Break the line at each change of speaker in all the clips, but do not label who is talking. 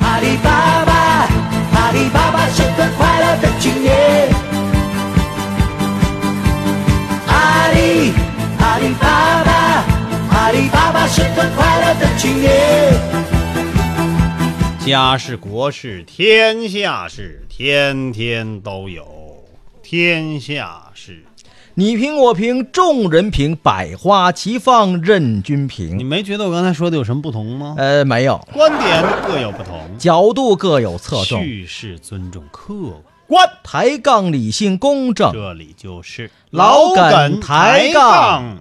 阿里巴巴，阿里巴巴是个快乐的青年。阿里，阿里巴巴，阿里巴巴是个快乐的青年。
家事国事天下事，天天都有天下事。
你评我评，众人评，百花齐放，任君
你
评。
没觉得我刚才说的有什么不同吗？
呃，没有，
观点各有不同，
角度各有侧重，
叙事尊重客观。
抬杠理性公正。
这里就是
老梗
梗
抬
杠。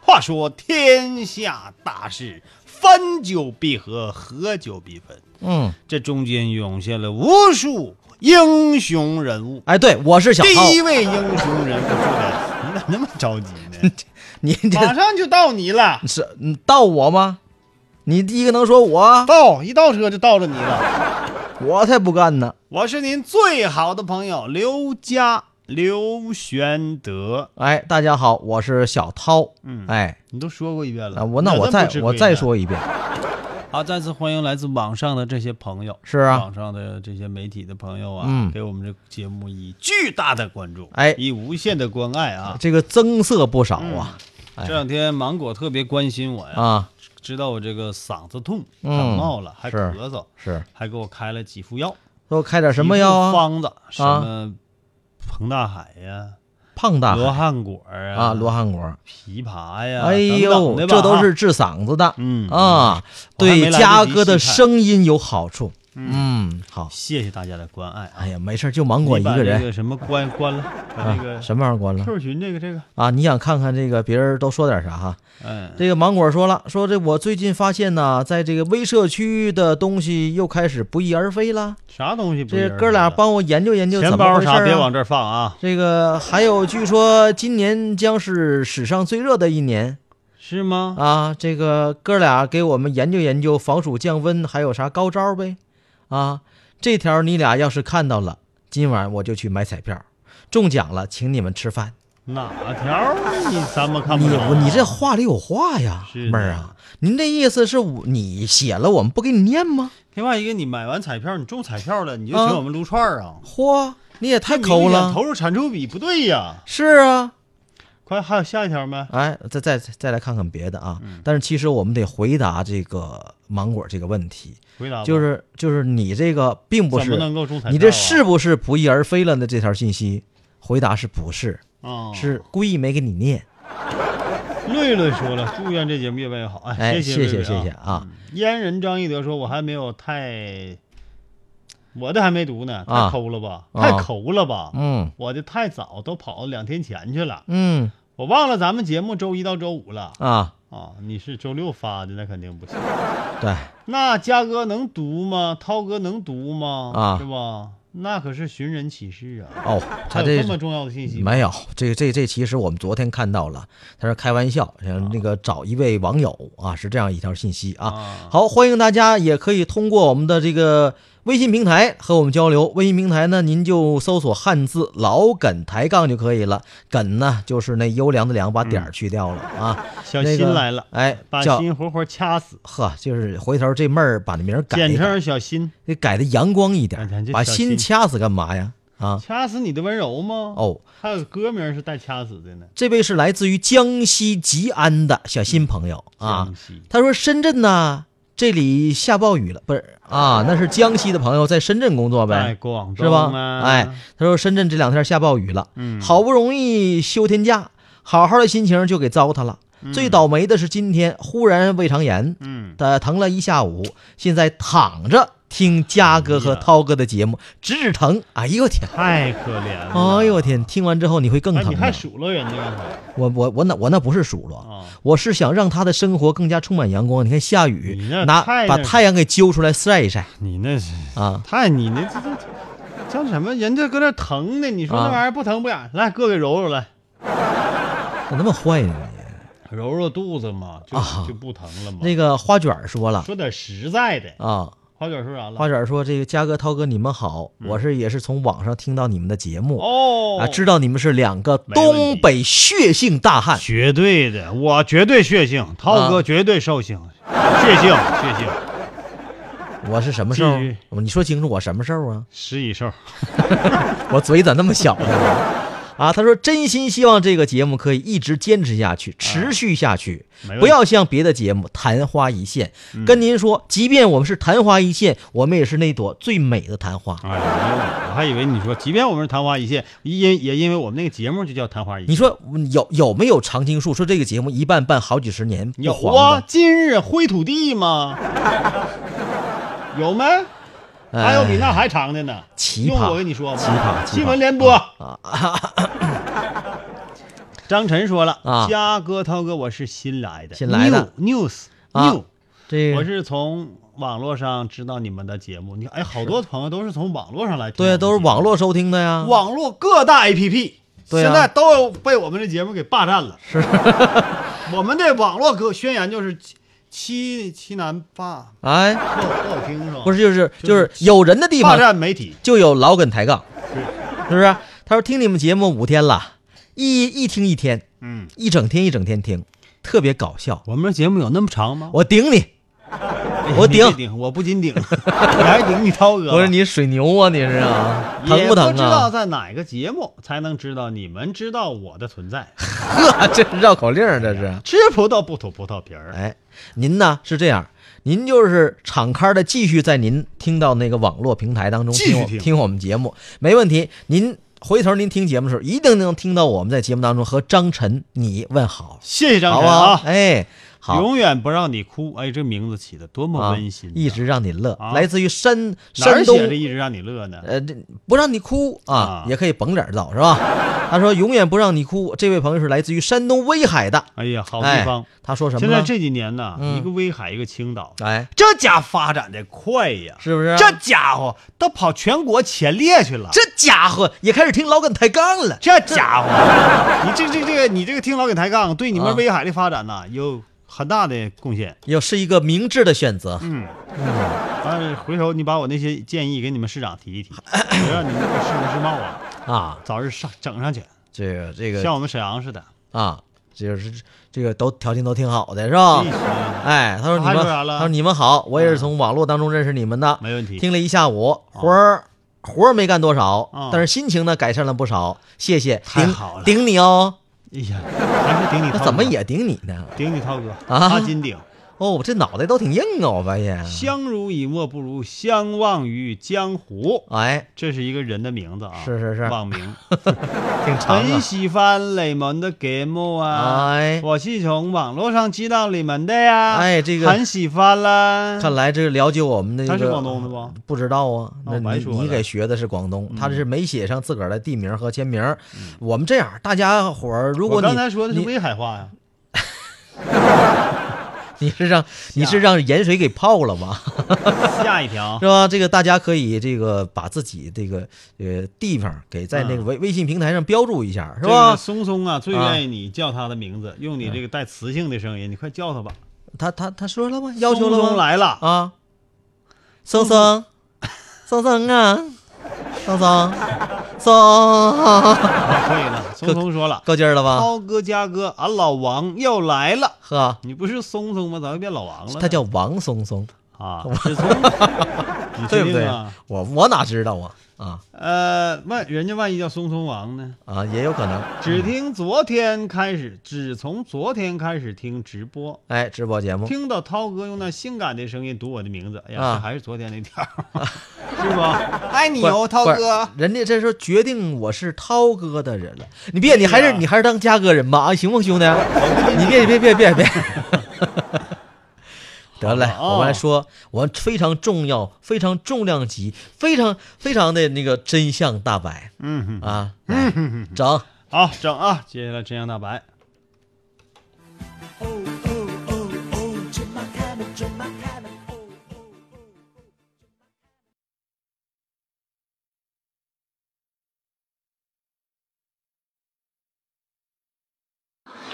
话说天下大事，分久必合，合久必分。
嗯，
这中间涌现了无数英雄人物。
哎，对，我是小
第一
浩，
位英雄人物出来，你咋那么着急 呢？
你
马
这
上就到你 了，
是嗯到我吗？你第一个能说我啊，
到一倒车就到了你了。
我才不干呢。
我是您最好的朋友刘佳刘玄德，
哎，大家好，我是小涛。
嗯
哎，
你都说过一遍了。
啊，我那我
真
再
不吃亏
我
的
再说一遍，
好，再次欢迎来自网上的这些朋友，
是啊
网上的这些媒体的朋友啊，
嗯
给我们这节目以巨大的关注，
哎
以无限的关爱啊。
这个增色不少啊哎
这两天芒果特别关心我呀，
啊，
知道我这个嗓子痛，
嗯
感冒了，还
是
咳嗽，
是
还给我开了几副药，
给我开点什么药
几副
啊？
方子，什么彭大海呀、
胖大
罗
海
汉果儿
啊，罗汉果。
枇杷呀，
哎
等等
呦，
的吧
这都是
哈
治嗓子的，
嗯
啊，
我还没
对
来得
嘉
及
哥的
细看
声音有好处。嗯，好，
谢谢大家的关爱啊
哎！呀，没事儿，就芒果一
你把
个
这
人
个什么关关了，把
啊
这个，
什么玩意儿关了
Q 群这个这个，
啊？你想看看这个别人都说点啥哈？
嗯，
这个芒果说了，说这我最近发现呢，在这个微社区的东西又开始不翼而飞了。
啥东西不一
这
样
哥俩
的
帮我研究研究
钱
怎么
包
回事
啥别往
儿啊？
这儿放啊！
这个还有，据说今年将是史上最热的一年。
是吗？
啊，这个哥俩给我们研究研究防暑降温还有啥高招呗？啊，这条你俩要是看到了，今晚我就去买彩票，中奖了请你们吃饭。
哪条啊你咱们看
你
不着啊？
我你这话里有话呀，
是的
妹儿啊，您这意思是我你写了我们不给你念吗？
另外一个，你买完彩票，你中彩票了，你就
啊
请我们撸串儿啊？
嚯，你也太
你
抠
一眼
了
投。入产出比不对呀！
是啊，
快，还有下一条没？
哎，再再再来看看别的啊。
嗯
但是其实我们得回答这个芒果这个问题，
回答吧
就是就是你这个并不
怎
是
么能够中彩票啊？
你这是不是不翼而飞了呢？这条信息，回答是不是？
啊，
是故意没给你念。
瑞瑞说了，祝愿这节目越办越好。
哎，
啊谢
谢谢
谢瑞瑞嗯
谢谢啊！
阉人张一德说：“我还没有太，我的还没读呢，太
啊
抠了吧，
啊
太抠了吧，
嗯
我的太早，都跑到两天前去了，
嗯
我忘了咱们节目周一到周五了
啊，
啊。你是周六发的，那肯定不行。
对，
那嘉哥能读吗？涛哥能读吗？
啊
是吧？那可是寻人启事啊，
哦，
还
他
有
这
这么重要的信息吗？
没有这这这，其实我们昨天看到了，他是开玩笑，嗯，那个找一位网友啊，是这样一条信息啊。
啊，
好，欢迎大家也可以通过我们的这个微信平台和我们交流。微信平台呢，您就搜索汉字“老梗抬杠”就可以了。梗呢，就是那优良的良，把点儿去掉了啊。
小
那
嗯新
个
来了，
哎，
把
叫
心活活掐死，
呵，就是回头这妹儿把那名儿改
简
一改，
称小新，
给改的阳光一点
哎咱
儿
这，
把
小
心
心
掐死干嘛呀？啊，
掐死你的温柔吗？
哦，
还有歌名是带掐死的呢。
这位是来自于江西吉安的小新朋友啊
江，西
他说深圳呢，这里下暴雨了，不是啊，那是江西的朋友在深圳工作
在
呗。
广啊州
是吧
吗？？
哎，，他说深圳这两天下暴雨了，
嗯
好不容易休天假，好好的心情就给糟蹋了。最倒霉的是今天忽然胃肠炎，呃
嗯，
他疼了一下午，现在躺着听嘉哥
哎
和涛哥的节目，止止疼。哎呦我天！
太可怜了。
哎呦我天！听完之后你会更
哎，
疼
你还
的。
数落人家干啥
我我我那我那不是数落，
啊？
我是想让他的生活更加充满阳光。你看下雨
你那，
拿
太
把
那
太阳给揪出来晒一晒
你那是
啊！
太你那这这叫什么？人家搁那疼呢，你说
啊
那玩意儿不疼不痒，来哥给揉揉来，
咋那么坏呢你？
揉揉肚子嘛，就、
啊
就不疼了嘛。
那个花卷儿说了
说点实在的，
啊，
花卷说啥了？
花卷儿说这个嘉哥、涛哥你们好，我是也是从网上听到你们的节目。
嗯哦
啊，知道你们是两个
没问
东
题
北血性大汉，
绝对的，我绝对血性，
啊
涛哥绝对兽性，血性血性，
我是什么兽
继续？
你说清楚，我什么兽啊？
食蚁兽。
我嘴咋那么小呢？啊，他说真心希望这个节目可以一直坚持下去，持续下去，
啊没问题嗯
不要像别的节目昙花一现。跟您说，即便我们是昙花一现，我们也是那朵最美的昙花。
哎呀，我还以为你说，即便我们是昙花一现，因也因为我们那个节目就叫昙花一
你
现。
说有有没有常青树说这个节目一办办好几十年不
有
黄
啊
的？，
今日灰土地吗？有没？还有比那还长的呢。
哎奇葩
用我跟你说吧，
奇葩奇葩
新闻联播
啊。
张晨说了
啊
嘉哥、涛哥，我是新来的，
新来的
new news
啊
new，
这
我是从网络上知道你们的节目，你看，哎，好多朋友都是从网络上来听我
对啊
们的节目，
都是网络收听的呀。
网络各大 APP，、
对啊
现在都有被我们的节目给霸占了。是， 我们的网络歌宣言就是七七七男霸，
哎，
不好不好听是吧？
不是，就是
就是
就是有人的地
霸
方
占媒体，
就有老梗抬杠，是不是？他说听你们节目五天了，一一听一天，
嗯，
一整天一整天听，特别搞笑。
我们的节目有那么长吗？
我顶你，我
你
顶
别顶，我不仅顶， 你还顶你涛哥。
我说你水牛啊，你是啊，疼
也
不
哎不
疼
知道
啊？
在哪个节目才能知道你们知道我的存在，
呵， 这是绕口令儿，这是。
吃葡萄不吐葡萄皮儿。
哎，您呢是这样，您就是敞开的继续在您听到那个网络平台当中
继续
听我
听
听我们节目，没问题。您回头您听节目的时候，一定能听到我们在节目当中和张晨你问好，
谢谢张
好
晨
不好
啊？，
哎，好。
永远不让你哭。哎，这名字起的多么
啊
温馨、，
一直让你乐，
啊
来自于山
哪
山
儿
东
写着一直让你乐呢？
呃，这不让你哭啊
啊，
也可以绷点造是吧？ 他说永远不让你哭。这位朋友是来自于山东威海的，
哎呀，好
哎
地方！
他说什么
现
呢？
在这几年呢，
嗯
一个威海，一个青岛，
哎，
这家发展的快呀，
是不是啊？
这家伙都跑全国前列去了。
这家伙也开始听老梗抬杠了。
这 家伙，你这这这个你这个听老给抬杠，对你
啊
们威海的发展呐有很大的贡献。
又是一个明智的选择，
嗯，但是回头你把我那些建议给你们市长 提一提，别让你们市容市貌啊
啊，
早日上整上去，
这个这
像
个
我们沈阳似的。
啊，这就是这个都条件都挺好的是吧
必？须
哎，他说你
他
们，
说啥了
他说你们好，我也是从网络当中认识你们的，
没问题
听了一下午，
啊
活儿活儿没干多少
嗯，
但是心情呢改善了不少，谢谢，顶
太好了
顶你哦，
哎呀，还是顶你
那
涛哥，
怎么也顶你呢？
顶你涛哥
啊
他金顶。
哦，我这脑袋都挺硬啊，我发 现，
相濡以沫不如相忘于江湖，
哎，
这是一个人的名字啊，
是是是
网名。
挺 长
很
啊，
喜欢你们的节目啊，
哎
我是从网络上知道你们的呀，
哎这个
很喜欢啦。
看来这了解我们的这
他
个
是广东的不？
不知道啊，
那
那
我白
你
说了嗯
你给学的是广东，他这是没写上自个儿的地名和签名。我们这样，大家伙儿，如
我
果
刚
你
才说的是
你
威海 话呀，
你是让你是让盐水给泡了吧，
下一条
是吧？这个大家可以这个把自己这个呃地方给在那个
嗯
微微信平台上标注一下，是
这个
吧？
松松啊，最
啊嗯
愿意你叫他的名字，用你这个带磁性的声音，你快叫他吧。
他他他说了吗？要求
松
了
松
吗？
来了，
啊，松松，松松啊，松松，松，
可以 了。松松说了，
够劲儿了吧？
涛哥、嘉哥，俺老王要来了。
呵，
你不是松松吗？咋又变老王了呢？
他叫王松松，
啊，是 松松，你
对不
确
对
定啊？？
我我哪知道啊啊！
呃，万人家万一叫松松王呢？
啊，也有可能。
只听昨天开始，只从昨天开始听直播，
哎，直播节目
听到涛哥用那性感的声音读我的名字，哎呀，
啊哎
这还是昨天那条， 是吧？爱你哦，涛
不是
哥。
人家这时候决定我是涛哥的人了。你别，你还是
呀
你还是当 嘉哥人吧啊，行不行，兄弟？你别别别别别。得嘞，
好的啊
我们来说，我们非常重要、非常重量级、非常非常的那个真相大白
嗯哼，
啊，来整
好，整啊！接下来真相大白，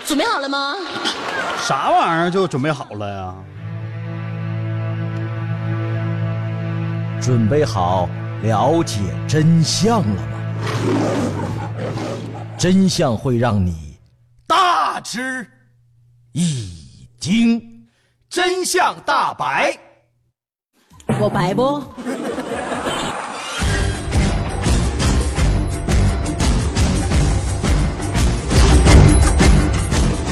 准备好了吗？
啥玩意儿就准备好了呀？
准备好了解真相了吗？真相会让你
大吃
一惊。
真相大白，
我白不？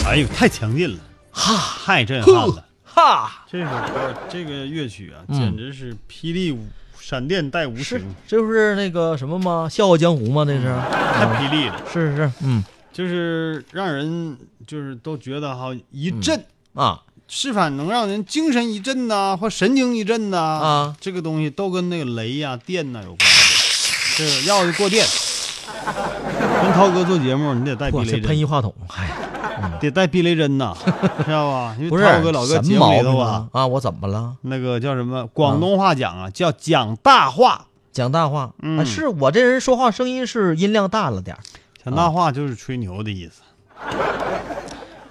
哎呦，太强劲了，哈，太震撼了！
哈，
这首歌，这个乐曲啊，简直是霹雳舞、闪电带无
是
情，，
这不是那个什么吗？《笑傲江湖》吗？这是，
太
啊
霹雳了，
是是，嗯
就是让人就是都觉得哈一震。
啊，
是反能让人精神一振呐、或神经一振呐啊
啊
这个东西都跟那个雷呀、电呐、有关系。这个要是过电，跟涛哥做节目，你得带避
我
雷
这喷一
针，
话筒，哎，
得带避雷 针呐、知道吧？因
不
为
是
涛哥老哥
什
节
么
目
毛
里
病
头
啊
啊，？
啊，我怎么了？
那个叫什么广东话讲啊，叫讲大话。
讲大话、啊！
嗯
是我这人说话声音是音量大了点儿
讲大话就是吹牛的意思。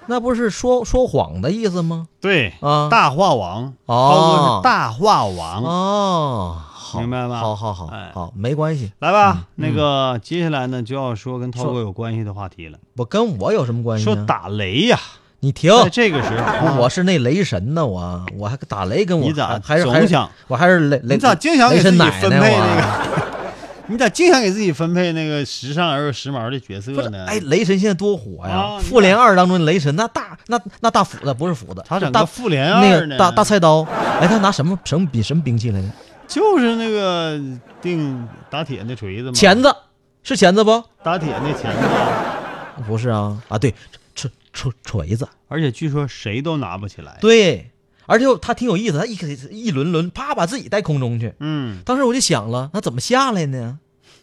那不是说说谎的意思吗？
对，
啊
大话王，涛哥
哦
是大话王。
哦，好，
明白吧
好好好、
哎
好，没关系，
来吧，那个接下来呢就要说跟涛哥有关系的话题了，
我跟我有什么关系、啊？哦
说打雷呀、
你停，
在这个时候啊，
我是那雷神呢，我我还打雷跟我
你咋
还是
总
还是
想
我还是雷雷，
你咋经常给
雷
自
神
己
奶
分
奶
配
我啊
那 你咋净想给自己分配那个时尚而又时髦的角色
不是，
呢？
哎，雷神现在多火呀！
啊
复联二当中的雷神那大那那大斧子不是斧子，
他整
大
个复联
那
二
个
呢？嗯
大大菜刀，哎，他拿什么什么比什么兵器来着？
就是那个定打铁那锤子嘛，
钳子是钳子不？
打铁那钳 子，嗯
不是啊啊，对，锤锤锤子，
而且据说谁都拿不起来。，
对，而且他挺有意思，他一一轮轮啪把自己带空中去。
嗯，
当时我就想了，那怎么下来呢？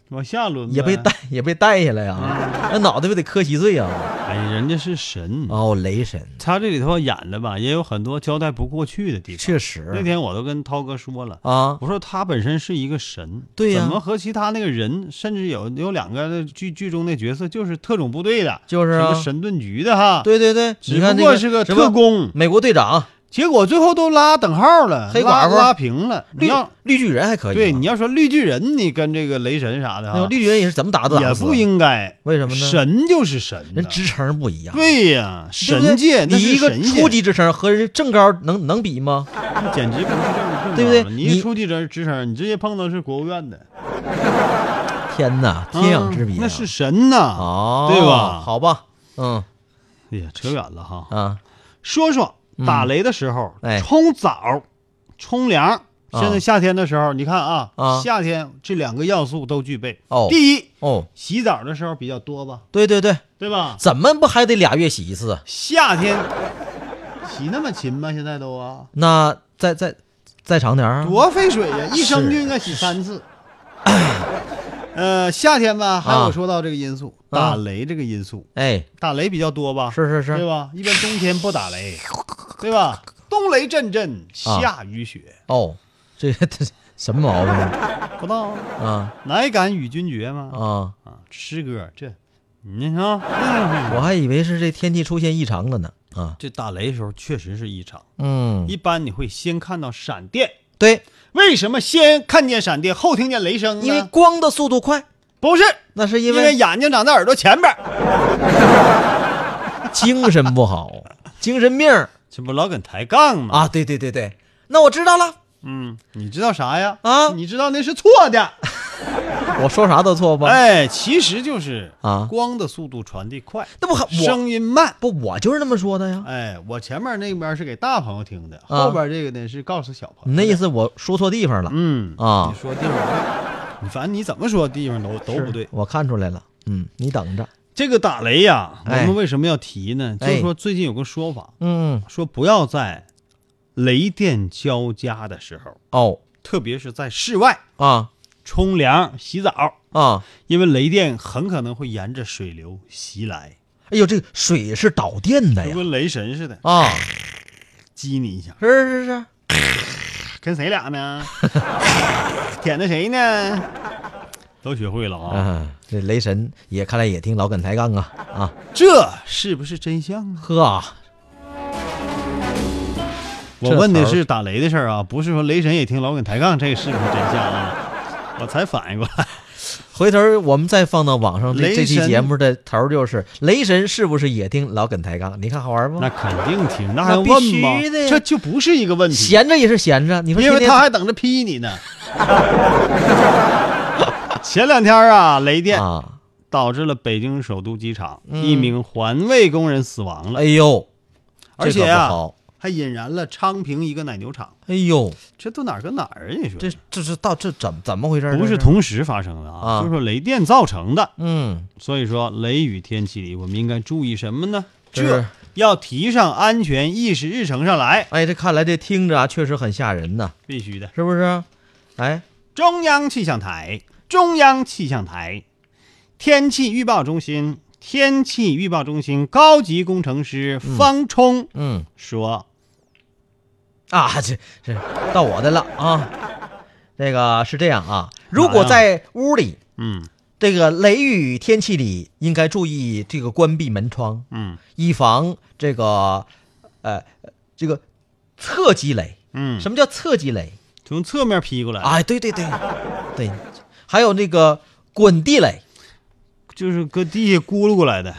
往下轮呗
也被带。也被带下来呀、
嗯
那脑袋不得磕稀碎呀、
哎，人家是神，
哦，雷神
他这里头啊演的吧，也有很多交代不过去的地方。
确
那
实
天我都跟涛哥说了。
啊，
我说他本身是一个神，
对呀
怎么和其他那个人，甚至有有两个那剧剧中的角色就是特种部队的，
就是
什
啊
么神盾局的哈，，
对对对，
只
你看
不
那
过
个
是个
什么
特工，
美国队长、
结果最后都拉等号了，
黑
拉
寡妇
拉平了。你
绿
要
绿巨人还可以吧，
对你要说绿巨人，你跟这个雷神啥的
哎呦
哈，
绿巨人也是怎么打都打
也
死
不应该，
为什么呢？
神就是神呐，
人职称不一样，
对呀，
对不对
神界那
你
是
一个
神界
初级职称和人家正高能能比吗？
简直不是这么正
对不对
常的你一
你
出去职职称，你直接碰到是国务院的，
天哪，天壤之别、啊
嗯那是神呐！
哦，
对吧
好吧，嗯
哎呀，扯远了哈。
啊，
说说打雷的时候，
哎
冲澡、冲凉。现在夏天的时候，你看啊，
啊
夏天这两个要素都具备。
哦
第一，
哦，
洗澡的时候比较多吧，
对对对，
对吧？
怎么不还得俩月洗一次？
夏天 洗那么勤吗？现在都啊，
那再再再长点儿啊，
多费水呀，一生就应该洗三 次。呃，夏天吧，还有说到这个因素，
啊
打雷这个因素，
哎，
打雷比较多吧？
是是
对
是，
吧？一般冬天不打雷，对吧？冬雷阵阵，下雨雪，
哦，这这什么毛病啊
不知道啊
啊
乃敢与君绝吗？
啊！
啊，诗歌这，你看啊，
我还以为是这天气出现异常了呢啊，
这打雷的时候确实是异常。
嗯，
一般你会先看到闪电，
对，
为什么先看见闪电后听见雷声呢？
因为光的速度快，
不是，
那是因
因为
为
眼睛长在耳朵前边儿。
精神不 好，精神病儿
这不老跟抬杠吗？
啊！对对对对，那我知道了，
嗯，你知道啥呀？
啊
你知道那是错的。
我说啥都错吧？
哎，其实就是
啊
光的速度传递快，
那不还我
声音慢。
不我就是那么说的呀？
哎，我前面那边是给大朋友听的，
啊
后边这个呢是告诉小朋
你
友。
那意？思我说错地方了
嗯，
啊
你？说地方不对，你反正你怎么说地方都都不对。
我看出来了，嗯，你等着，
这个打雷呀，我
哎
们为什么要提呢？就
哎
是说最近有个说法，
嗯，
说不要在雷电交加的时候，
哦
特别是在室外
啊
冲凉、洗澡，
啊！
因为雷电很可能会沿着水流袭来，
哎呦，这个水是导电的
就
呀！
跟雷神似的，
啊，
激你一下。
是是是，
跟谁俩 呢？舔的谁呢？都学会了啊！
啊，这雷神也看来也听老梗抬杠啊啊！
这是不是真相啊？
呵啊，
我问的是打雷的事儿啊，不是说雷神也听老梗抬杠，这个是不是真相啊？我才反应过来，
回头我们再放到网上，这
雷
这
神
期节目的头儿就是雷神是不是也听老梗抬杠？你看好玩
那
不？
肯定听，那还用
那
问
必须
吗？
的呀
这就不是一个问题，
闲着也是闲着，你说
因为
天天
他还等着批你 呢。前两天啊，雷电
啊，
导致了北京首都机场一名环卫工人死亡了
哎，呦，
而
这
且
可不
啊，
好，
还引燃了昌平一个奶牛场。
哎呦，
这都哪儿跟哪儿啊？你说
这这是到这怎么怎么回事儿？
不
这
是同时发生的
啊
啊，就是说雷电造成的。
嗯，
所以说，雷雨天气里我们应该注意什么呢？
就是
这要提上安全意识日程上来，
哎，这看来这听着啊，确实很吓人呐，
必须的。
是不是？哎，
中央气象台，中央气象台，天气预报中心，天气预报中心高级工程师方冲
嗯
说，
啊，这这到我的了啊，那个是这样啊，如
哪
果
样
在屋里。
嗯
这个雷雨天气里应该注意这个关闭门窗，
嗯
以防这个呃这个侧击雷。
嗯，
什么叫侧击雷？
从侧面劈过来，
哎，对对对对，还有那个滚地雷。
就是搁地下咕噜过来的。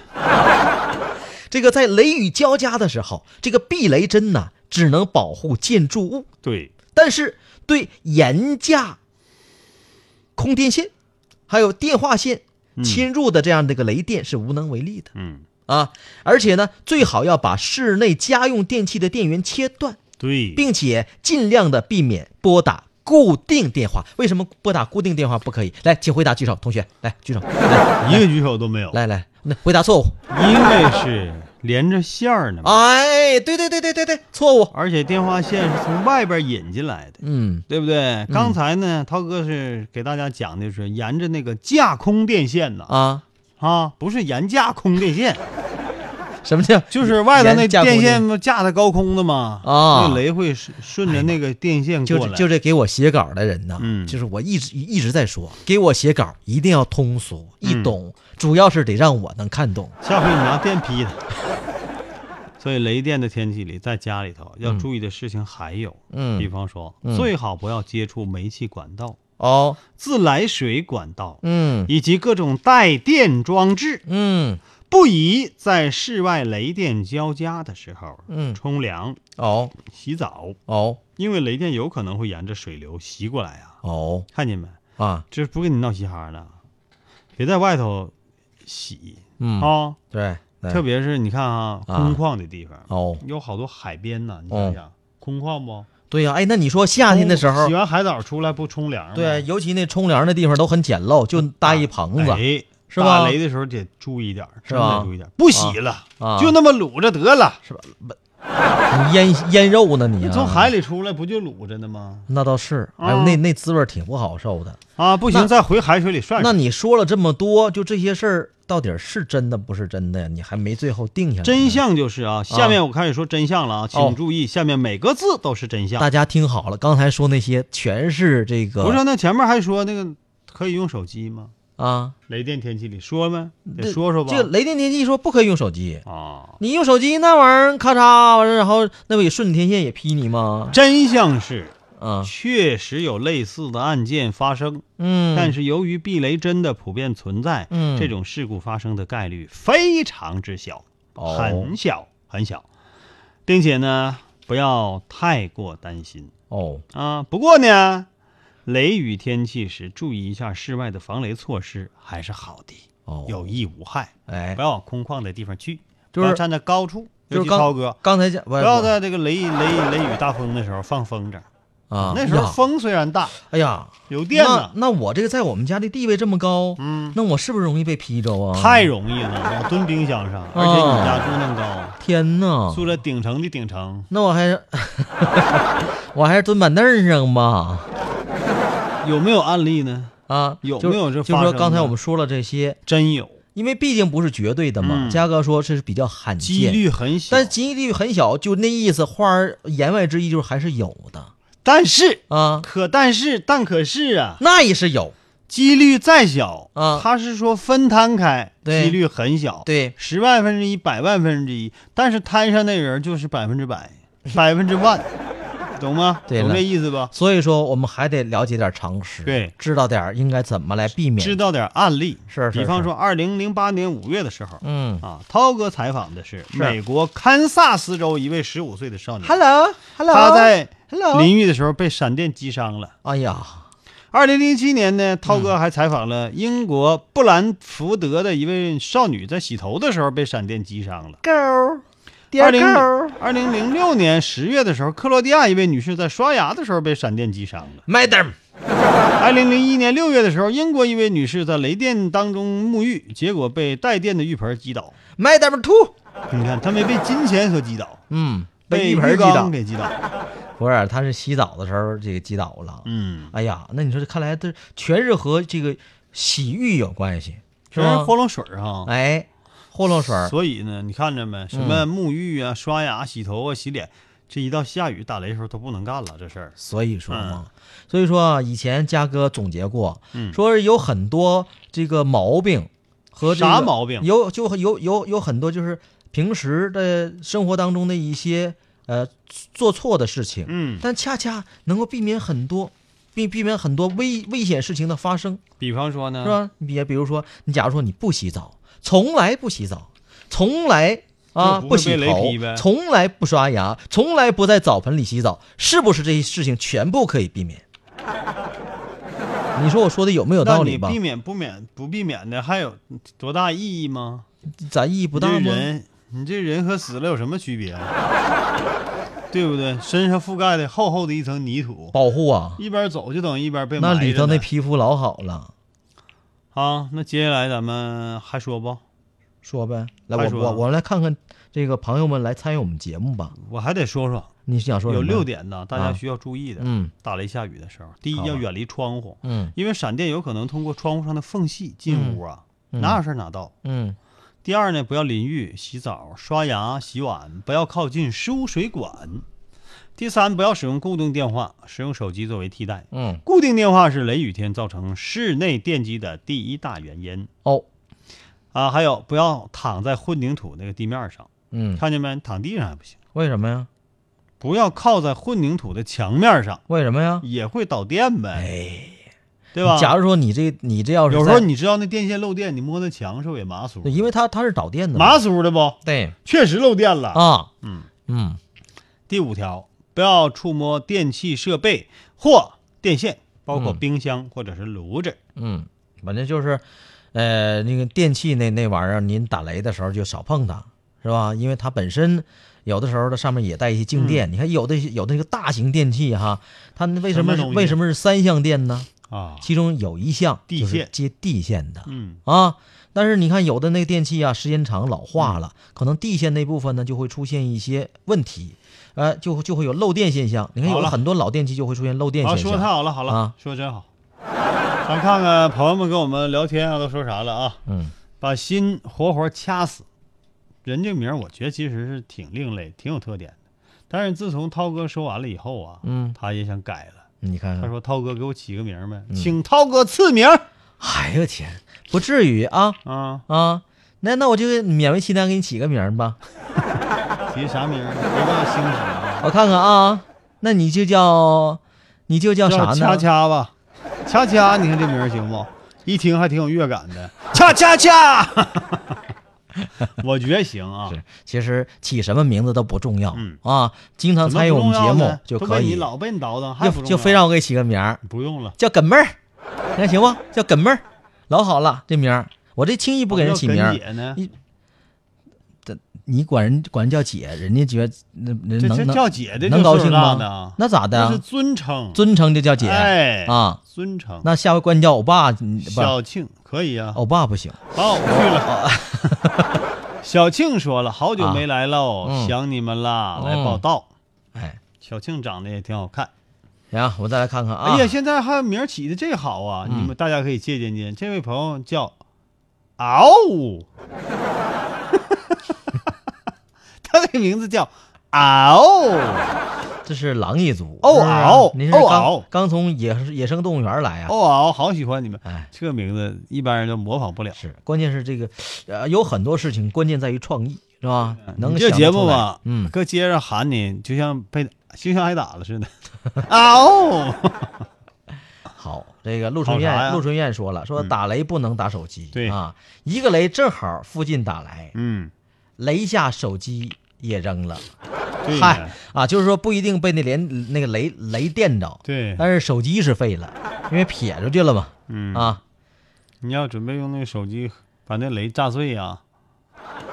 这个在雷雨交加的时候，这个避雷针呢只能保护建筑物，
对，
但是对沿架、空电线还有电话线侵入的这样的一个雷电是无能为力的。
嗯，
啊，而且呢，最好要把室内家用电器的电源切断，
对，
并且尽量的避免拨打固定电话。为什么拨打固定电话不可以？来，请回答举手，同学，来举手，来
一个举手都没有。
来来，那回答错误。
因为是连着线儿呢嘛，
哎，对对对对对对，错误。
而且电话线是从外边引进来的，
嗯，
对不对？刚才呢，涛哥是给大家讲的是沿着那个架空电线呐，
啊，
啊，不是沿架空 电线，
什 么叫
就是外头那
沿架空
电
电
线不架在高空的嘛，
啊
那雷会顺顺着那个电线
就
过
是
来，
就这给我写稿的人呢，
嗯
就是我一直一直在说，给我写稿一定要通俗易懂，主要是得让我能看懂。
下回你拿电劈它。所以雷电的 天气里，在家里头要注意的事情还有，
嗯
比方说，
嗯
最好不要接触煤气管道、
哦，
自来水管道，
嗯
以及各种带电装置，
嗯
不宜在室外雷电交加的时候
嗯，
冲凉、
哦
洗澡，
哦
因为雷电有可能会沿着水流袭过来啊！
哦
看见没？
啊，
这不跟你闹嘻哈呢，别在外头洗
嗯
啊、
对，对
特别是你看啊，
啊
空旷的地方，
哦，
有好多海边呐，你想想，空旷不？
对呀、哎，那你说嗯夏天的时候
洗，完海澡出来不冲凉吗？
对，尤其那冲凉的地方都很简陋，就搭一棚子，
哎，
是吧
打雷的时候得注意点儿，
是
真
吧
得注意点儿，不洗了，
啊
就那么卤着得了。
你腌腌肉呢你、啊，
从海里出来不就卤着呢吗？
那倒是，哎呦，
啊
那那滋味儿挺不好受的。
啊，不
那
行，再回海水里涮
那
涮。
你说了这么多，就这些事儿到底是真的不是真的呀？你还没最后定下来呢。
真相就是啊，下面我开始说真相了啊，请注意，下面每个字都是真相
哦大。家听好了，刚才说那些全是这个，
不是，那前面还说那个可以用手机吗？
啊？
雷电天气里说没？
这
得说说吧。
这个雷电天气说不可以用手机，
啊，
你用手机那玩意儿咔嚓完了，然后那不也顺着天线也劈你吗？
真相是
啊，
确实有类似的案件发生，
嗯，
但是由于避雷针的普遍存在，
嗯
这种事故发生的概率非常之小，
哦
很小很小，并且呢，不要太过担心
哦，
啊。不过呢，雷雨天气时注意一下室外的防雷措施还是好的，
哦
有益无害，
哎
不，要往空旷的地方去，
就是
不要站在高处，
就
尤
是
其
刚
涛哥。
刚才讲，不
不要在这个雷雷雷雨大风的时候放风筝，
啊。
那时候
呀，
风虽然大，
哎呀，
有电
那
呢，
那我这个在我们家的地位这么高，
嗯，
那我是不是容易被批着啊？
太容易了，我蹲冰箱上，啊嗯而且你家住那么高，
天呐！
住在顶层的顶层，
那我还是 我还是蹲板凳上吧。
有没有案例呢？
啊，
有
就
没有这
就
发
说
生
刚才
的
我们说了这些，
真有，
因为毕竟不是绝对的嘛。
嗯
嘉哥说这是比较罕见，
几率很小，
但几率很小，就那意思，花儿言外之意就是还是有的
但是
啊，
可但是但可是啊，
那也是有，
几率再小
啊
他是说分摊开，
对
几率很小，
对，
十万分之一、百万分之一，但是摊上那人就是百分之百、 百分之万，懂吗？
对了
懂这意思吧？
所以说我们还得了解点常识，
对，
知道点儿应该怎么来避免，
知，道点案例，
是是
比方
是
说二零零八年五月的时候。
嗯
啊，涛哥采访的是
是
美国堪萨斯州一位十五岁的少年，
，Hello，Hello，
他在
Hello
淋浴的时候被闪电击伤了。
哎呀，
二零零七年呢，涛
嗯
哥还采访了英国布兰福德的一位少女，在洗头的时候被闪电击伤了。二零二零零六年十月的时候，克罗地亚一位女士在刷牙的时候被闪电击伤了。
，Madam，
二零零一年六月的时候，英国一位女士在雷电当中沐浴，结果被带电的浴盆击倒。
Madam Two，
你看，她没被金钱所击倒，
嗯，
被
被浴
浴
盆击
缸
倒，
给击倒。
不是，他是洗澡的时候这个击倒了，
嗯，
哎呀，那你说这看来这全是和这个洗浴有关系，是
全是
吧？
泼冷水儿哈。
哎，嗯霍乱水儿，
所以呢，你看着没，什么沐浴啊、刷牙、洗头啊、洗脸，这一到下雨打雷的时候都不能干了，这事儿。
所以说嘛，所以说啊，以前嘉哥总结过，
嗯
说是有很多这个毛病和、这个、
啥毛病
有就有有有很多就是平时的生活当中的一些呃做错的事情，
嗯，
但恰恰能够避免很多。避避免很多危危险事情的发生，
比方说呢，
是啊吧？你比比如说，你假如说你不洗澡，从来不洗澡，从来啊
就不会
不洗
被雷
头
劈呗，
从来不刷牙，从来不在澡盆里洗澡，是不是这些事情全部可以避免？你说我说的有没有
那
道理
你
吧
避？免不免不避免的，还有多大意义吗？
咱意义不大
你这
吗？
人，你这人和死了有什么区别啊？ 对不对？身上覆盖的厚厚的一层泥土，
保护啊，
一边走就等一边被埋
那
着呢
里头那皮肤老好了，
啊。那接下来咱们还说不？
说呗。来，
还
我
说
我我来看看这个朋友们来参与我们节目吧。
我还得说说，
你想说什
有
么
六？点呢，大
啊
家需要注意的。
嗯
打雷下雨的时候，第一
好吧
要远离窗户，
嗯
因为闪电有可能通过窗户上的缝隙进屋啊，
嗯嗯
哪有事儿哪到。
嗯，
第二呢，不要淋浴、洗澡、刷牙、洗碗，不要靠近输水管。第三，不要使用固定电话，使用手机作为替代。
嗯
固定电话是雷雨天造成室内电击的第一大原因
哦
啊！还有，不要躺在混凝土那个地面上，
嗯，
看见没？躺地上还不行。
为什么呀？
不要靠在混凝土的墙面上，
为什么呀？
也会导电呗，
哎
对吧？
假如说你这你这要哦是
有时候
在
你知道那电线漏电，你摸那墙是不是也麻酥
对？因为它它是导电的嘛，
麻酥的不？
对
确实漏电了。
啊，
嗯
嗯，
第五条，不要触摸电器设备或电线，包括
嗯
冰箱或者是炉子。
嗯，反正就是，呃，那个电器那那玩意儿，您打雷的时候就少碰它，是吧？因为它本身有的时候它上面也带一些
嗯
静电，你看有的有的那个大型电器哈，它那为什么
什么
是
东西
为什么是三项电呢？
啊，
其中有一项
地
就是
线
接地线的
嗯，
啊。但是你看，有的那个电器啊，时间长老化了，可能地线那部分呢就会出现一些问题，呃，就就会有漏电现象。你看，
好
有
了
了很多老电器就会出现漏电
好，
现
说
象。
太好了，好了，
啊
说真好。咱看看朋友们跟我们聊天啊，都说啥了啊？
嗯，
把心活活掐死。人这名儿我觉得其实是挺另类，挺有特点的。但是自从涛哥说完了以后啊，
嗯
他也想改了。
你看
他
看，
说：“涛哥，给我起个名儿
嗯
呗，请涛哥赐名儿
哎呦天，不至于啊
啊，
啊！那那我就勉为其难给你起个名儿吧，
起啥名儿？别忘星什么
我看看啊，那你就叫你就叫啥
叫
呢？
恰恰吧，恰恰，你看这名儿行不？一听还挺有乐感的，恰恰恰，我觉得行啊。
是，其实起什么名字都不重要、
嗯
啊，经常
怎么
参与
不
我们
重
节
要
目
呢
就
都
可
被
以
你，老被你叨叨，还不
就
重
就非
要
让我给起个名儿，
不用了，
叫耿妹儿，你看行不？叫耿妹儿，
哦
老好了这名儿，我这轻易不给人起名
要
儿
跟，姐呢
一。你管人管人叫姐，人家觉得那人
这
能
这
能
叫姐的
能
就
高
岁
兴
数大
吗
的啊，？
那咋的
那是
啊？
尊称，
尊称就叫姐
哎
啊？
尊称。
那下回管你叫欧巴，你不
小庆可以啊，
欧巴不行。
把我去了。 小庆说了，好久没来喽，
啊嗯
想你们啦，
嗯
来报道。
哎，
小庆长得也挺好看，
行，我再来看看啊。
哎呀，现在还有名儿起的这好啊，
嗯
你们大家可以借鉴借鉴。这位朋友叫嗷呜， 他这个名字叫嗷呜，
这是狼一族
哦
是不是啊
嗷
您是
哦
刚
嗷
刚从野野生动物园来啊？
哦嗷，好喜欢你们
哎，
这个名字一般人都模仿不了。
是，关键是这个，呃，有很多事情关键在于创意，是吧？能
嗯你这
想得
节
出
目
来
吧，
嗯，
搁街上喊你，就像被就像挨打了 似的。嗷！
好，这个陆春
好啥
燕，
呀
陆春燕说了，说
嗯
打雷不能打手机，
对
啊，一个雷正好附近打来，
嗯，
雷下手机也扔了，
对
嗨
呀，
啊，就是说不一定被那连那个雷雷电着，
对，
但是手机是废了，因为撇出去了嘛，
嗯
啊，
你要准备用那个手机把那雷炸碎啊。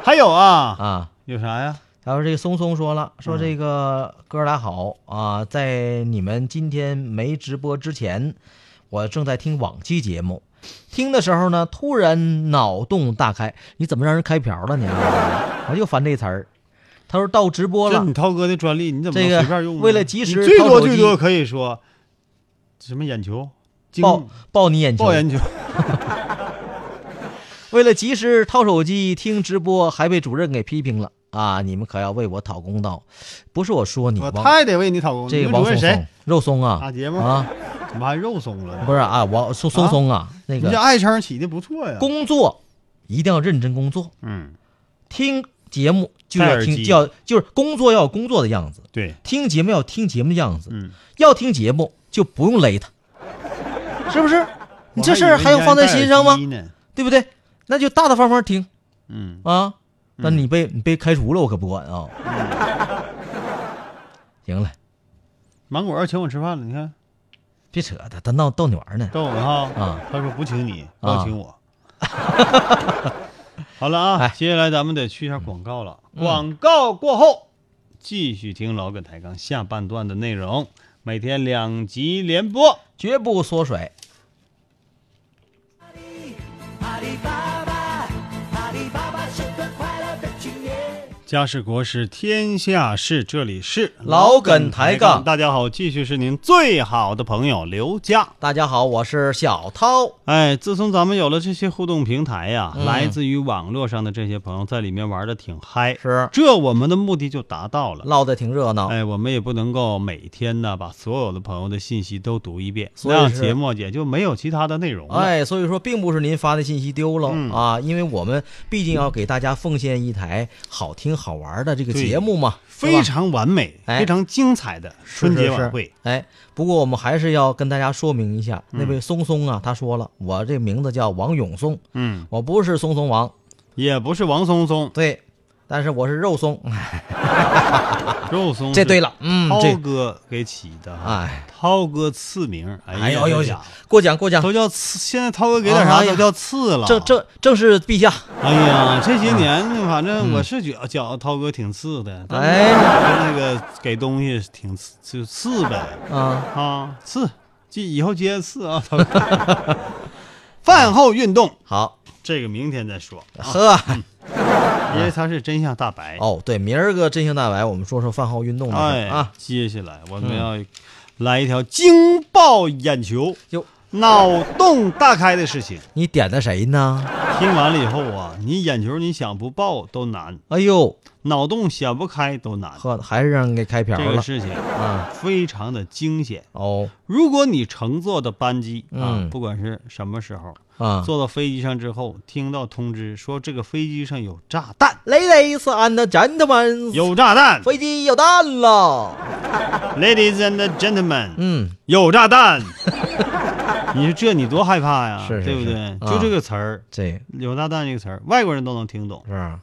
还有啊，
啊。
有啥呀？
然后这个松松说了，说
嗯
这个哥俩好啊，在你们今天没直播之前，我正在听往期节目，听的时候呢，突然脑洞大开，你怎么让人开瓢了你、 啊？我就烦这词儿。他说到直播
这
了
你，涛哥的专利，你怎么
这个
能随便用呢？
为了及时
你最
掏
多
手
最
机
多可以说什么眼球、惊
爆爆你眼球
爆，眼球，
为了及时掏手机听直播，还被主任给批评了啊！你们可要为我讨公道，不是我说你
我
王
太得为你讨公道。
这
你
个
们
王
主
松
任
松
谁？
肉松啊
大节目
啊，
怎么还肉松了呢？
不是啊，王松松松啊，那
你
个
这爱称起的不错呀。
工作一定要认真工作，
嗯，
听节目就要
戴耳
听，
机
就要就是工作要有工作的样子，
对，
听节目要听节目的样子，
嗯，
要听节目就不用勒他，是不是？你这事儿还
还以为
用
你
放在
戴
心
耳
上吗
机？呢？
对不对？那就大大方方听
嗯，
啊。但你被你被开除了，我可不管啊。
嗯
行了，
芒果要请我吃饭了，你看
别扯他，他闹逗你玩 呢。
逗我哈
啊
他说不请你，
啊
要请我。 好了啊，
哎嗯
接下来咱们得去一下广告了。广告过后，继续听老梗抬杠下半段的内容，每天两集连播。
绝不缩水。
阿里巴巴，阿里巴巴是个快乐的青年。
家事国事天下事，这里是
老梗抬杠
大家好，继续是您最好的朋友刘佳。
大家好，我是小涛。
哎，自从咱们有了这些互动平台呀、
嗯
来自于网络上的这些朋友在里面玩的挺嗨，
是
这我们的目的就达到了。
唠得挺热闹，
哎，我们也不能够每天呢把所有的朋友的信息都读一遍，
所以
那样
是
节目也就没有其他的内容了。
哎，所以说并不是您发的信息丢了、
嗯
啊，因为我们毕竟要给大家奉献一台好听好玩的这个节目嘛，是吧
非常完美、
哎
非常精彩的春节晚会。
是是是哎，不过我们还是要跟大家说明一下，那位松松啊，他说了，我这名字叫王永松，
嗯，
我不是松松王，
也不是王松松、
对，但是我是肉松，哎
肉松，
这对，了，嗯，
涛
这
哥给起的哈。
哎，
涛哥赐名，
哎
啊哎
呦呦
这家伙，
过奖过奖，
都叫赐，现在涛哥给点
哎
啥
呀
都叫赐了。
正正正是陛下，
哎呀，这些年反正我是觉觉得涛哥挺次的，但是
哎
那个给东西挺次就次呗
啊，
啊，次，记以后接着 次啊，涛哥。饭后运动，
好，
这个明天再说，啊
呵。
哎因为他是真相大白。
啊哦，对，明儿个真相大白，我们说说饭后运动的事儿
哎
啊。，
接下来我们要来一条惊爆眼球、
哟，
脑洞大开的事情。
你点的谁呢？
听完了以后啊，你眼球你想不爆都难，
哎呦，
脑洞想不开都难。
呵，还是让人给开瓢
这个
了
事情
啊！
非常的惊险。
哦
如果你乘坐的班机啊
嗯，
不管是什么时候，
啊
坐到飞机上之后，听到通知说这个飞机上有炸弹，
，Ladies and gentlemen，
有炸弹
飞机有弹了。
，Ladies and gentlemen，
嗯，
有 炸弹。你说这你多害怕呀，
是是
对不
是
对？
啊
就这个词儿，
这
有炸弹这个词儿，外国人都能听懂。
是吧，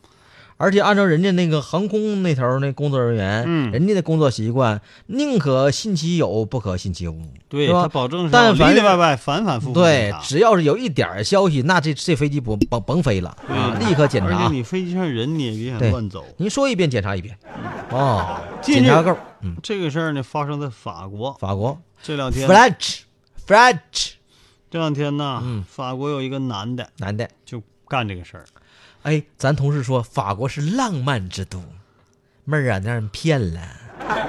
而且按照人家那个航空那头儿那工作人员，
嗯
人家的工作习惯，宁可信其有，不可信其无，
对
是吧
他保证是
啊但凡
里里外外反反复复
对
检查，
只要是有一点儿消息，那这这飞机不甭甭飞了啊，立刻检
而
查
且。你飞机上人你也别想
对
乱走。
您说一遍检查一遍，哦，
近
检查
日
够，嗯，
这个事儿呢发生在法国，
法国
这两天
，French French
这两天呢，
嗯
法国有一个男的
男的，
就干这个事儿，
哎，咱同事说法国是浪漫之都，妹儿啊，那让人骗了。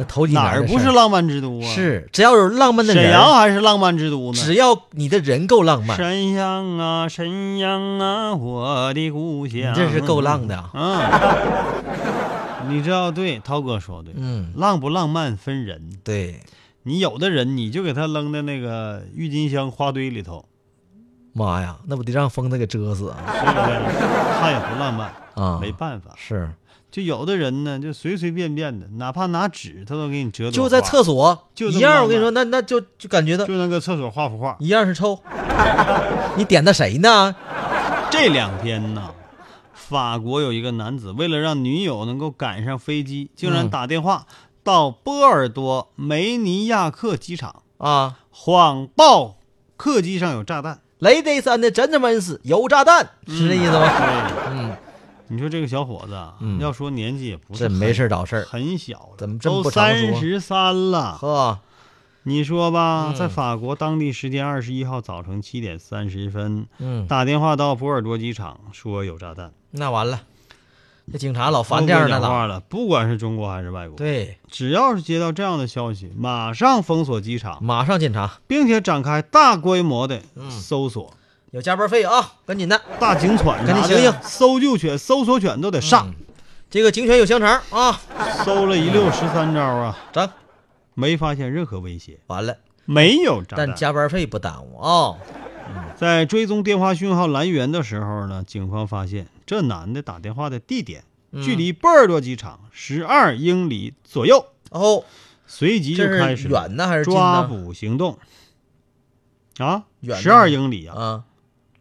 那头几年
哪儿
的
不
事
是浪漫之都啊？
是，只要有浪漫的
沈
人，
阳还是浪漫之都呢。
只要你的人够浪漫，
沈阳啊，沈阳啊，我的故乡。
你这是够浪的啊
啊！你知道，对，涛哥说的，
嗯，
浪不浪漫分人。
对，
你有的人，你就给他扔在那个郁金香花堆里头，
妈呀，那不得让疯子给遮死啊！
是不是？他也不浪漫
啊
没办法。
是，
就有的人呢，就随随便便的，哪怕拿纸，他都给你折朵
就在
花
厕，所
就这
一
么
样，
浪
我跟你
漫
说，那那就就感觉到
就那个厕所画幅画。
一样是臭。 你点的谁呢？
这两天呢，法国有一个男子为了让女友能够赶上飞机，竟然
嗯
打电话到波尔多梅尼亚克机场，
啊
谎报客机上有炸弹。
，Ladies and gentlemen，有炸弹，是这意思吗？
对，
嗯，
哎你说这个小伙子啊，
嗯
要说年纪也不是
这
很
没事儿找事儿
很小了，
怎么这么
都
不常说
三十三了？
呵，
你说吧，
嗯
在法国当地时间二十一号早晨七点三十分，
嗯，
打电话到波尔多机场说有炸弹，
那完了，这警察老烦这样的
都不讲
了。
话了，不管是中国还是外国，
对，
只要是接到这样的消息，马上封锁机场，
马上检查，
并且展开大规模的
嗯
搜索，
有加班费啊，赶紧的。
大警犬啥
赶
的、
紧醒醒
搜救犬、搜索犬都得上
嗯，这个警犬有香肠啊，
搜了一溜十三招啊，
整
没发现任何威胁，
完了，
没有炸
但
弹。
加班费不耽误啊。
在追踪电话讯号来源的时候呢，警方发现这男的打电话的地点、
嗯
距离波尔多机场十二英里左右，
哦，
随即就
这
开
是
始
远呢还是近呢？
抓捕行动。啊，
远呢
十二英里啊，
啊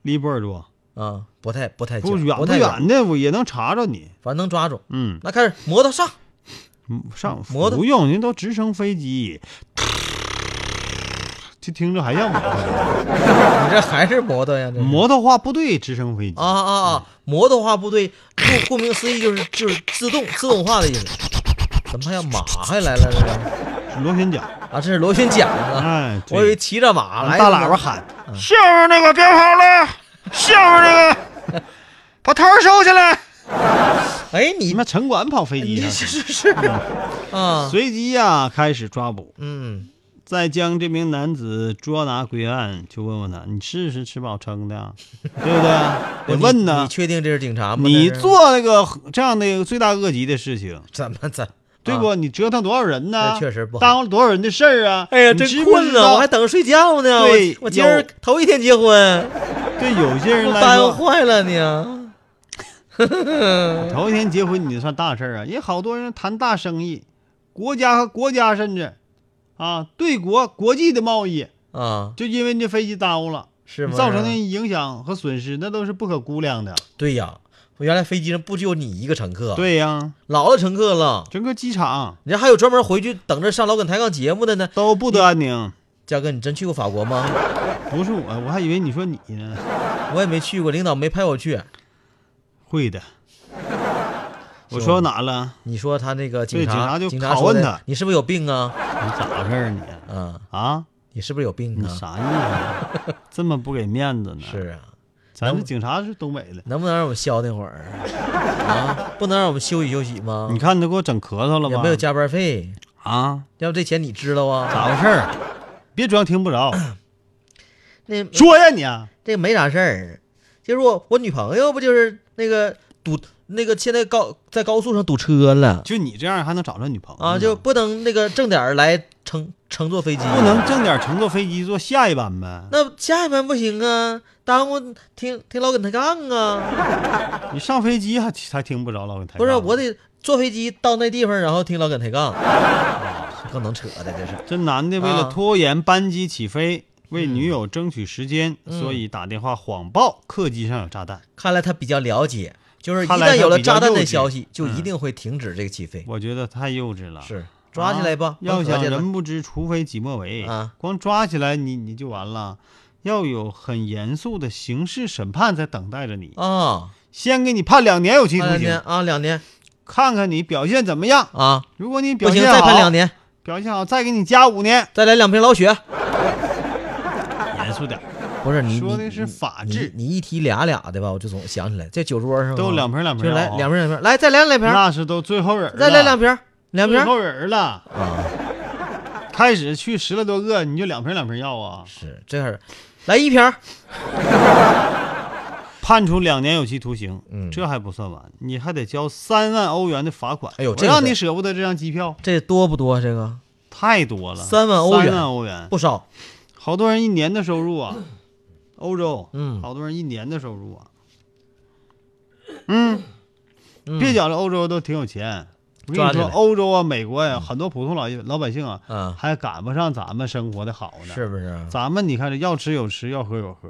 离波尔多。
啊，不太不太近
不远
不
不
太，
远的，我也能查着你。
反正能抓住。
嗯，
那开始摩托上，
嗯上
摩托
不用，人都直升飞机， 就听着还像摩托。
你这还是摩托呀？这是
摩托化部队直升飞机
啊啊啊！摩托化部队，顾顾名思义就是就是自动自动化的意思。怎么还有马还来了呢？
螺旋桨，
啊，这是螺旋桨啊！
哎，对
我以为骑着马来嗯
大
了呢
喇叭喊：“下面那个别 跑了，下面那个把头收起来。”
哎，你
你妈城管跑飞
你
机啊
这！是是啊，
随即呀、开始抓捕，
嗯，
再将这名男子捉拿归案。就问问他，你试试吃饱 撑的啊，对不对？得
你
问呢。
你确定这是警察吗？
你
这是
做那个这样的罪大恶极的事情，
怎么怎
对不？？你折腾多少人呢？
啊那确实不好
耽误多少人的事儿啊！
哎呀，
你
真
知不
困
知道
了，我还等着睡觉呢。我
对
我今儿
有
头一天 结婚，
对有些人
我
来
耽误
说，
坏了你。
头一天结婚你就算大事儿啊，也好多人谈大生意，国家和国家甚至啊对国国际的贸易，
啊，
就因为你这飞机耽误了，
是啊吗？
造成的影响和损失那都是不可估量的。
对呀，我原来飞机上不只有你一个乘客，，
对呀、
老了乘客了，
整个机场
人家还有专门回去等着上老梗抬杠节目的呢。
都不得安宁。
嘉哥，你真去过法国吗？
不是我，我还以为你说你呢。
我也没去过，领导没派我去。
会的，我说哪了？
你说他那个警
对
察，
警察就拷
说
问
的
他
你是不是有病啊？
你咋回事儿你？
啊，
啊，
你是不是有病
你
啊？
啥意思？这么不给面子呢？
是，啊，
咱这警察是东北的。
能不能让我们消停会儿啊？不能让我们休息休息吗？
你看你都给我整咳嗽了吧？
有没有加班费？
啊？
要不这钱你知道啊？
咋回事儿？别装听 不着，
那
说呀你啊！
这没啥事儿，就是我我女朋友不就是那个堵那个现在高在高速上堵车了
就你这样还能找着女朋友呢
啊，就不能那个正点儿来乘乘坐飞机，
不能正点乘坐飞机坐下一班呗？
那下一班不行啊，耽误听听老跟他杠啊，
你上飞机还还听不着老给抬杠。
不是我得坐飞机到那地方，然后听老跟他 杠，更能扯的这是，
这男的为
啊嗯
了拖延班机起飞，为女友争取时间，所以打电话谎报客机上有炸弹。
看来他比较了解就是一
看来
旦
他
有了
比较
炸弹的
幼稚
消息，就一
嗯
定会停止这个起飞。
我觉得太幼稚了。
是，抓起来吧
啊，要
甭合
想
计了
人不知，除非己莫为
啊
光抓起来你你就完了，要有很严肃的刑事审判在等待着你。
啊，
先给你判两年有期
判
徒
两年
刑，
啊，两年
看看你表现怎么样。
啊，
如果你
不
表
行
现
再判
好
两，年，
表现好再给你加五年。
再来两瓶老雪。
严肃点，
不是你
说
你啊
的是法
你
治，
你一提俩俩的吧，我就总想起来，这酒桌上
都
啊
两瓶两瓶
就来
啊
两瓶两瓶，来再来两瓶，
那是都最后人了
再来两瓶，两
最
瓶
后人了。
啊，
开始去十来多个，你就两瓶两瓶要啊，
是这样，来一瓶，
判处两年有期徒刑。
嗯
这还不算完，你还得交三万欧元的罚款。
哎呦
我
这个
让
得
你舍不得这张机票。
这多不多？这个
太多了，
3万欧元
三万欧元，
不少，
好多人一年的收入啊，欧洲，
嗯
好多人一年的收入啊，
嗯
别觉着欧洲都挺有钱，我跟
抓嗯
你
起
说，
来
欧洲啊，美国呀、很多普通老老百姓啊，
啊
还赶不上咱们生活的好呢。
是，啊不是？
咱们你看这要吃有吃，要喝有喝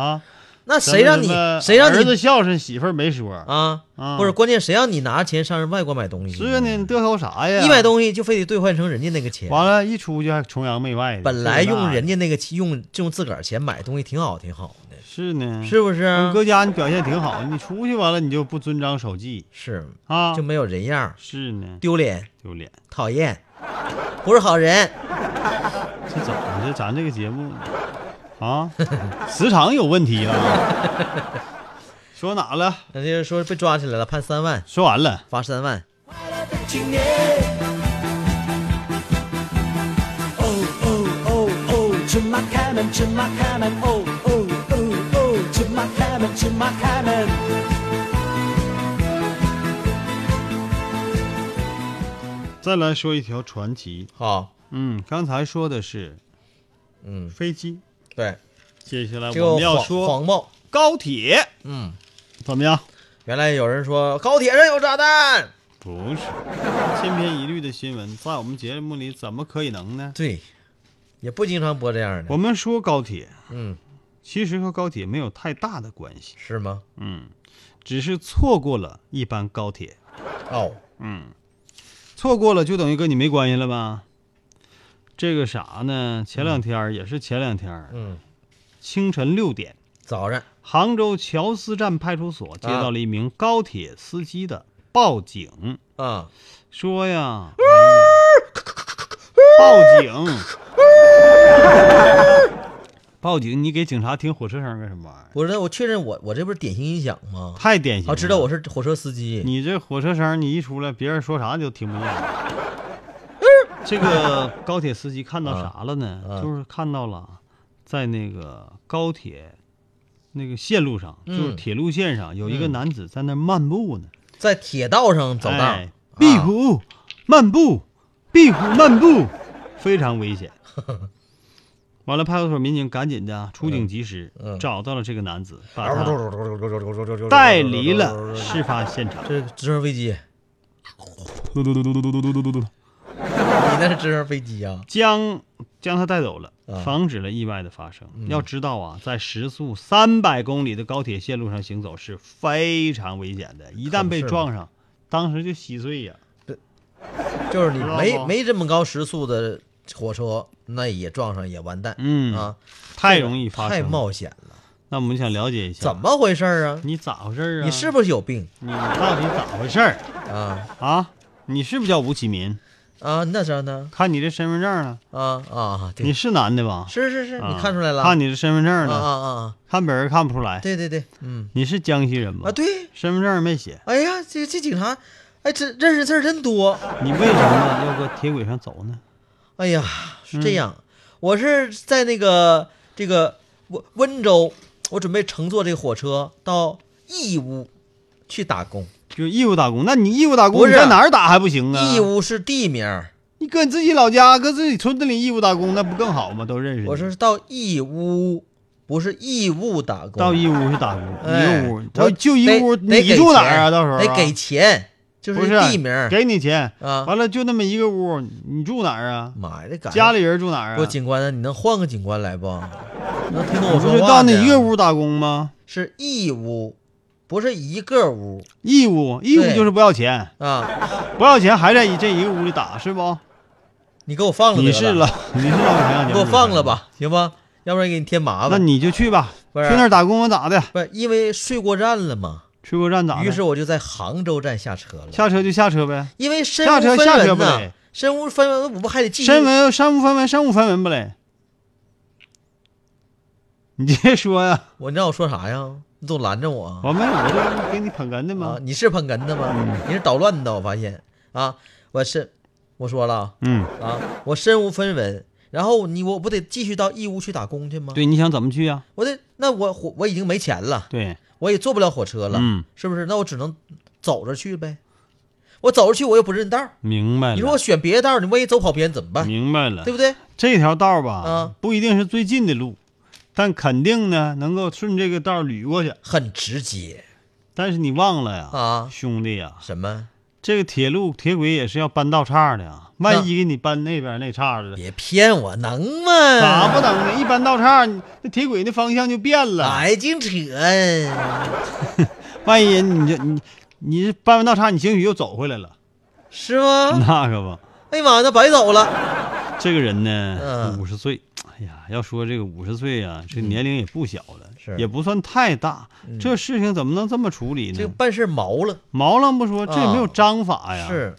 啊，
那谁让你
咱们
谁让
儿子
你
孝顺，媳妇儿没说啊？
啊？不是，关键谁让你拿钱上人外国买东西？
是啊呢，你嘚瑟啥呀？
一买东西就非得兑换成人家那个钱。
完了，一出去还崇洋媚外的，
本来
这个那
用
的
人家那个钱用就用自个儿钱买东西挺好挺好的，
是呢，
是不是啊
你？搁家你表现挺好，你出去完了你就不遵章守纪
是
啊
就？没有人样儿，
是呢，
丢脸，
丢脸。
讨厌， 不是好人。
这怎么的？咱这个节目啊， 时长有问题了。说哪了？
那就是说被抓起来了，判三万，
说完了。
罚三万。
青年。哦哦哦哦，芝麻开门，芝麻开门，哦哦哦哦，芝麻开门，芝麻开门。
再来说一条传奇。
好，
嗯，刚才说的是
嗯，
飞机，
对，
接下来
这个
我们要
谎
说
谎报，
高铁，
嗯，
怎么样？
原来有人说高铁上有炸弹，
不是，千篇一律的新闻，在我们节目里怎么可以能呢？
对，也不经常播这样
我
的，
们说高铁，
嗯，
其实和高铁没有太大的关系，
是吗？
嗯，只是错过了一班高铁。
哦，
错过了就等于跟你没关系了吧？这个啥呢？前两天儿也是前两天儿，
嗯，
清晨六点，
早上
杭州乔司站派出所接到了一名高铁司机的报警，
啊，
说呀，哎呀报警，报警！你给警察听火车声干什么玩意儿？
不是，我确认我我这不是典型音响吗？
太典
啊，
型了！
知道我是火车司机，
你这火车声，你一出来，别人说啥你就听不见了。这个高铁司机看到啥了呢？
啊啊
就是看到了，在那个高铁那个线路上，
嗯
就是铁路线上，有一个男子在那漫步呢，
在铁道上走道
哎，壁
啊
虎漫步，壁虎漫步，非常危险。完了，派出所民警赶紧的出警及时，
嗯
找到了这个男子，把他带离了事发现场。
这是直升飞机，你
嘟嘟嘟嘟嘟嘟嘟嘟嘟嘟。
那是直升飞机啊？
将将他带走了
啊，
防止了意外的发生。要知道啊，在时速三百公里的高铁线路上行走是非常危险的，一旦被撞上，当时就稀碎呀。
就是你
知道
没
吗
没这么高时速的火车，那也撞上也完蛋，
嗯
啊，
太容易发
太
生。
冒险了，
那我们想了解一下，
怎么回事儿啊？
你咋回事儿啊？
你是不是有病
你到底咋回事儿
啊
啊？你是不是叫吴启民？
啊？那啥呢？
看你这身份证了，
啊啊，对
你是男的吧？
是是是，
啊
你看出来了？
看你这身份证
啊啊
了，
啊啊！
看别人看不出来。
对对对，嗯
你是江西人吗
啊？对，
身份证没写，
哎呀，这这警察，哎，这认识字儿真多。
你为什么要搁铁轨上走呢？
哎呀，
嗯
是这样，我是在那个这个温温州，我准备乘坐这个火车到义乌去打工。
就义乌打工，那你义乌打
不
工，
是啊
你在哪儿打还不行啊？
义，乌是地名儿，
你搁你自己老家，搁自己村子里义乌打工，那不更好吗？都认识你。
我是到义乌，不是义务打工。
到义乌去打工，
哎
义乌，
我
他就义乌，
得得
你
给
住哪儿啊？
钱
到时候啊
得给钱，就
不是啊
地名儿。
给你钱
啊
完了就那么一个屋，你住哪儿啊？
妈呀，这赶
家里人住哪儿啊？
不警官呢？你能换个警 官来不？能听懂
你
我
不
说
是
话
到
呢
那一个屋打工吗？
是义乌，不是一个屋
义乌，义乌
对
就是不要钱，
啊，
不要钱还在一这一个屋里打是不？
你给我放了，
你是
了，
了，你是老想想
给我放了？吧，行吧，要不然给你添麻
那
烦。
你就去吧，
不是
去那儿打工我咋的？
不是因为睡过站了嘛，
去过站咋的？
于是我就在杭州站下车了，
下车就下车呗，
因为身
下
无
车
分
下车
文
不
呐、
得？
身无分文，我不还得继续
身文山无分文，山无分文不嘞？你接着 说呀，
我你让我说啥呀？你总拦着我啊！
我们我这不给你捧哏的
啊
吗？嗯
你是捧哏的吗？你是捣乱的，我发现啊，我是我说了
嗯，
啊，我身无分文，然后你我不得继续到义乌去打工去吗？
对，你想怎么去呀？
我得那我火我已经没钱了，
对，
我也坐不了火车了，
嗯
是不是？那我只能走着去呗。我走着去，我又不认道儿。
明白
你说我
了，
选别的道儿，你万一走跑偏怎么办？
明白了
对。不对？
这条道吧，
啊
不一定是最近的路，但肯定呢能够顺这个道捋过去。
很直接
但是你忘了呀，
啊！
兄弟呀，
什么？
这个铁路铁轨也是要搬道岔的呀，
那
万一给你搬那边那岔了，
别骗我，能吗？
咋不能呢？一搬道岔，你那铁轨那方向就变了。
哎，净扯！
万一你就你你搬完道岔，你兴许又走回来了，
是吗？
那可不。
哎呀妈，那白走了。
这个人呢，
嗯
五十岁，哎呀，要说这个五十岁啊，这年龄也不小了，
是嗯
也不算太大。这事情怎么能这么处理呢？
这个办事毛了。
毛浪不说，这
啊
没有章法呀。，嗯
是，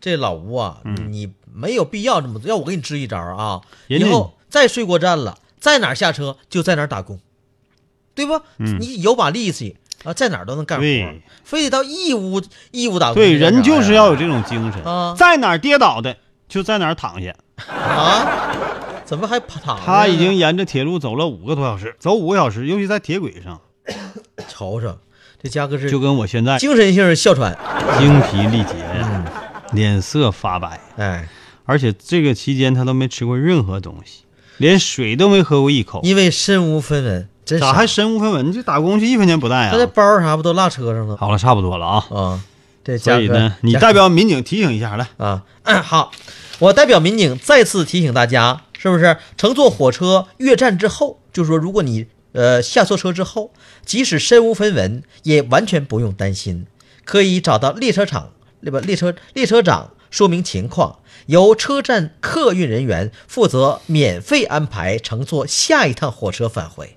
这老吴啊，你没有必要这么做。要我给你支一招啊，
人
以
家
后再睡过站了，在哪儿下车就在哪儿打工，对不？你有把力气啊，在哪儿都能干活
嗯对，
非得到义乌义乌打工去
对，
干啥呀。
人就是要有这种精神
啊
在哪儿跌倒的就在哪儿躺下。
啊，怎么还躺着呢？
他已经沿着铁路走了五个多小时，走五个小时，尤其在铁轨上，
瞅瞅，这家哥是
就跟我现在
精嗯神性哮喘，
精疲力竭呀，脸色发白，
哎，
而且这个期间他都没吃过任何东西，连水都没喝过一口。
因为身无分文，真
咋
傻
还身无分文？这打工去一分钱不带
他那
啊？
包儿啥不都落车上了
好了，差不多了啊。
啊？这家
所
哥，
以呢，你
家
代表民警提醒一下，来，
啊、 好，我代表民警再次提醒大家，是不是乘坐火车越站之后，就是说，如果你呃下错车之后，即使身无分文，也完全不用担心，可以找到列车长，对吧？列车列车长说明情况，由车站客运人员负责免费安排乘坐下一趟火车返回。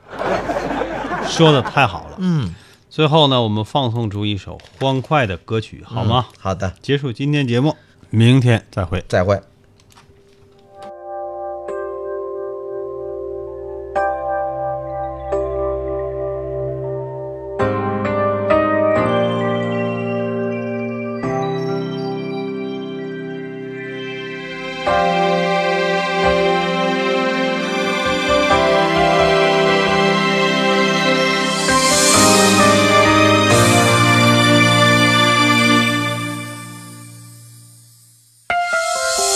说的太好了。
嗯，
最后呢，我们放送出一首欢快的歌曲，好吗？
好的，
结束今天节目，明天再会。
再会。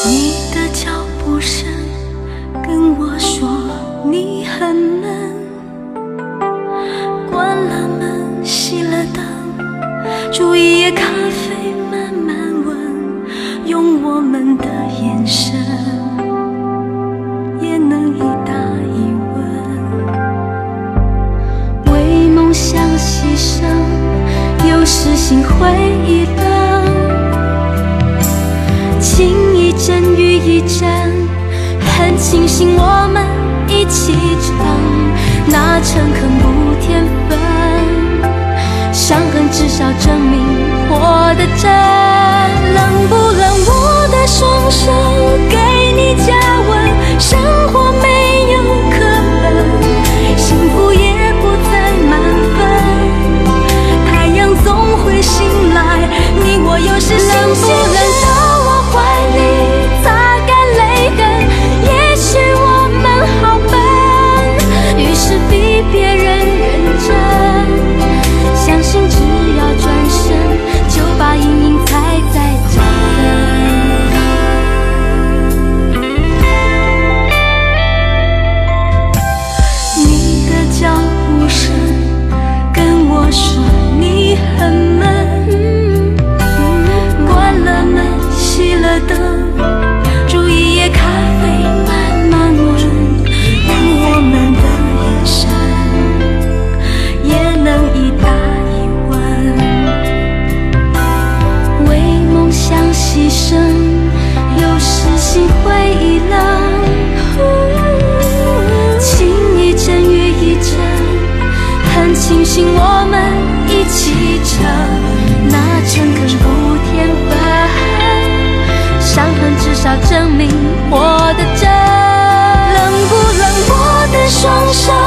你的脚步声跟我说你很闷，关了门，熄了灯，煮一夜咖啡慢慢闻，用我们的眼神也能一答一问。为梦想牺牲，有时心灰意冷。情一阵雨一阵，很庆幸我们一起等，那诚恳不天分，伤痕至少证明活得真。冷不冷我的双手给你加温，生活没有课本，幸福也不再满分。太阳总会醒来，你我有时冷不冷到我怀里擦干泪痕，也许我们好笨，于是比别人认真。相信只要转身，就把阴影踩在脚跟。嗯庆幸我们一起唱，那诚恳不添烦，伤痕至少证明我的真。冷不冷漠的双手，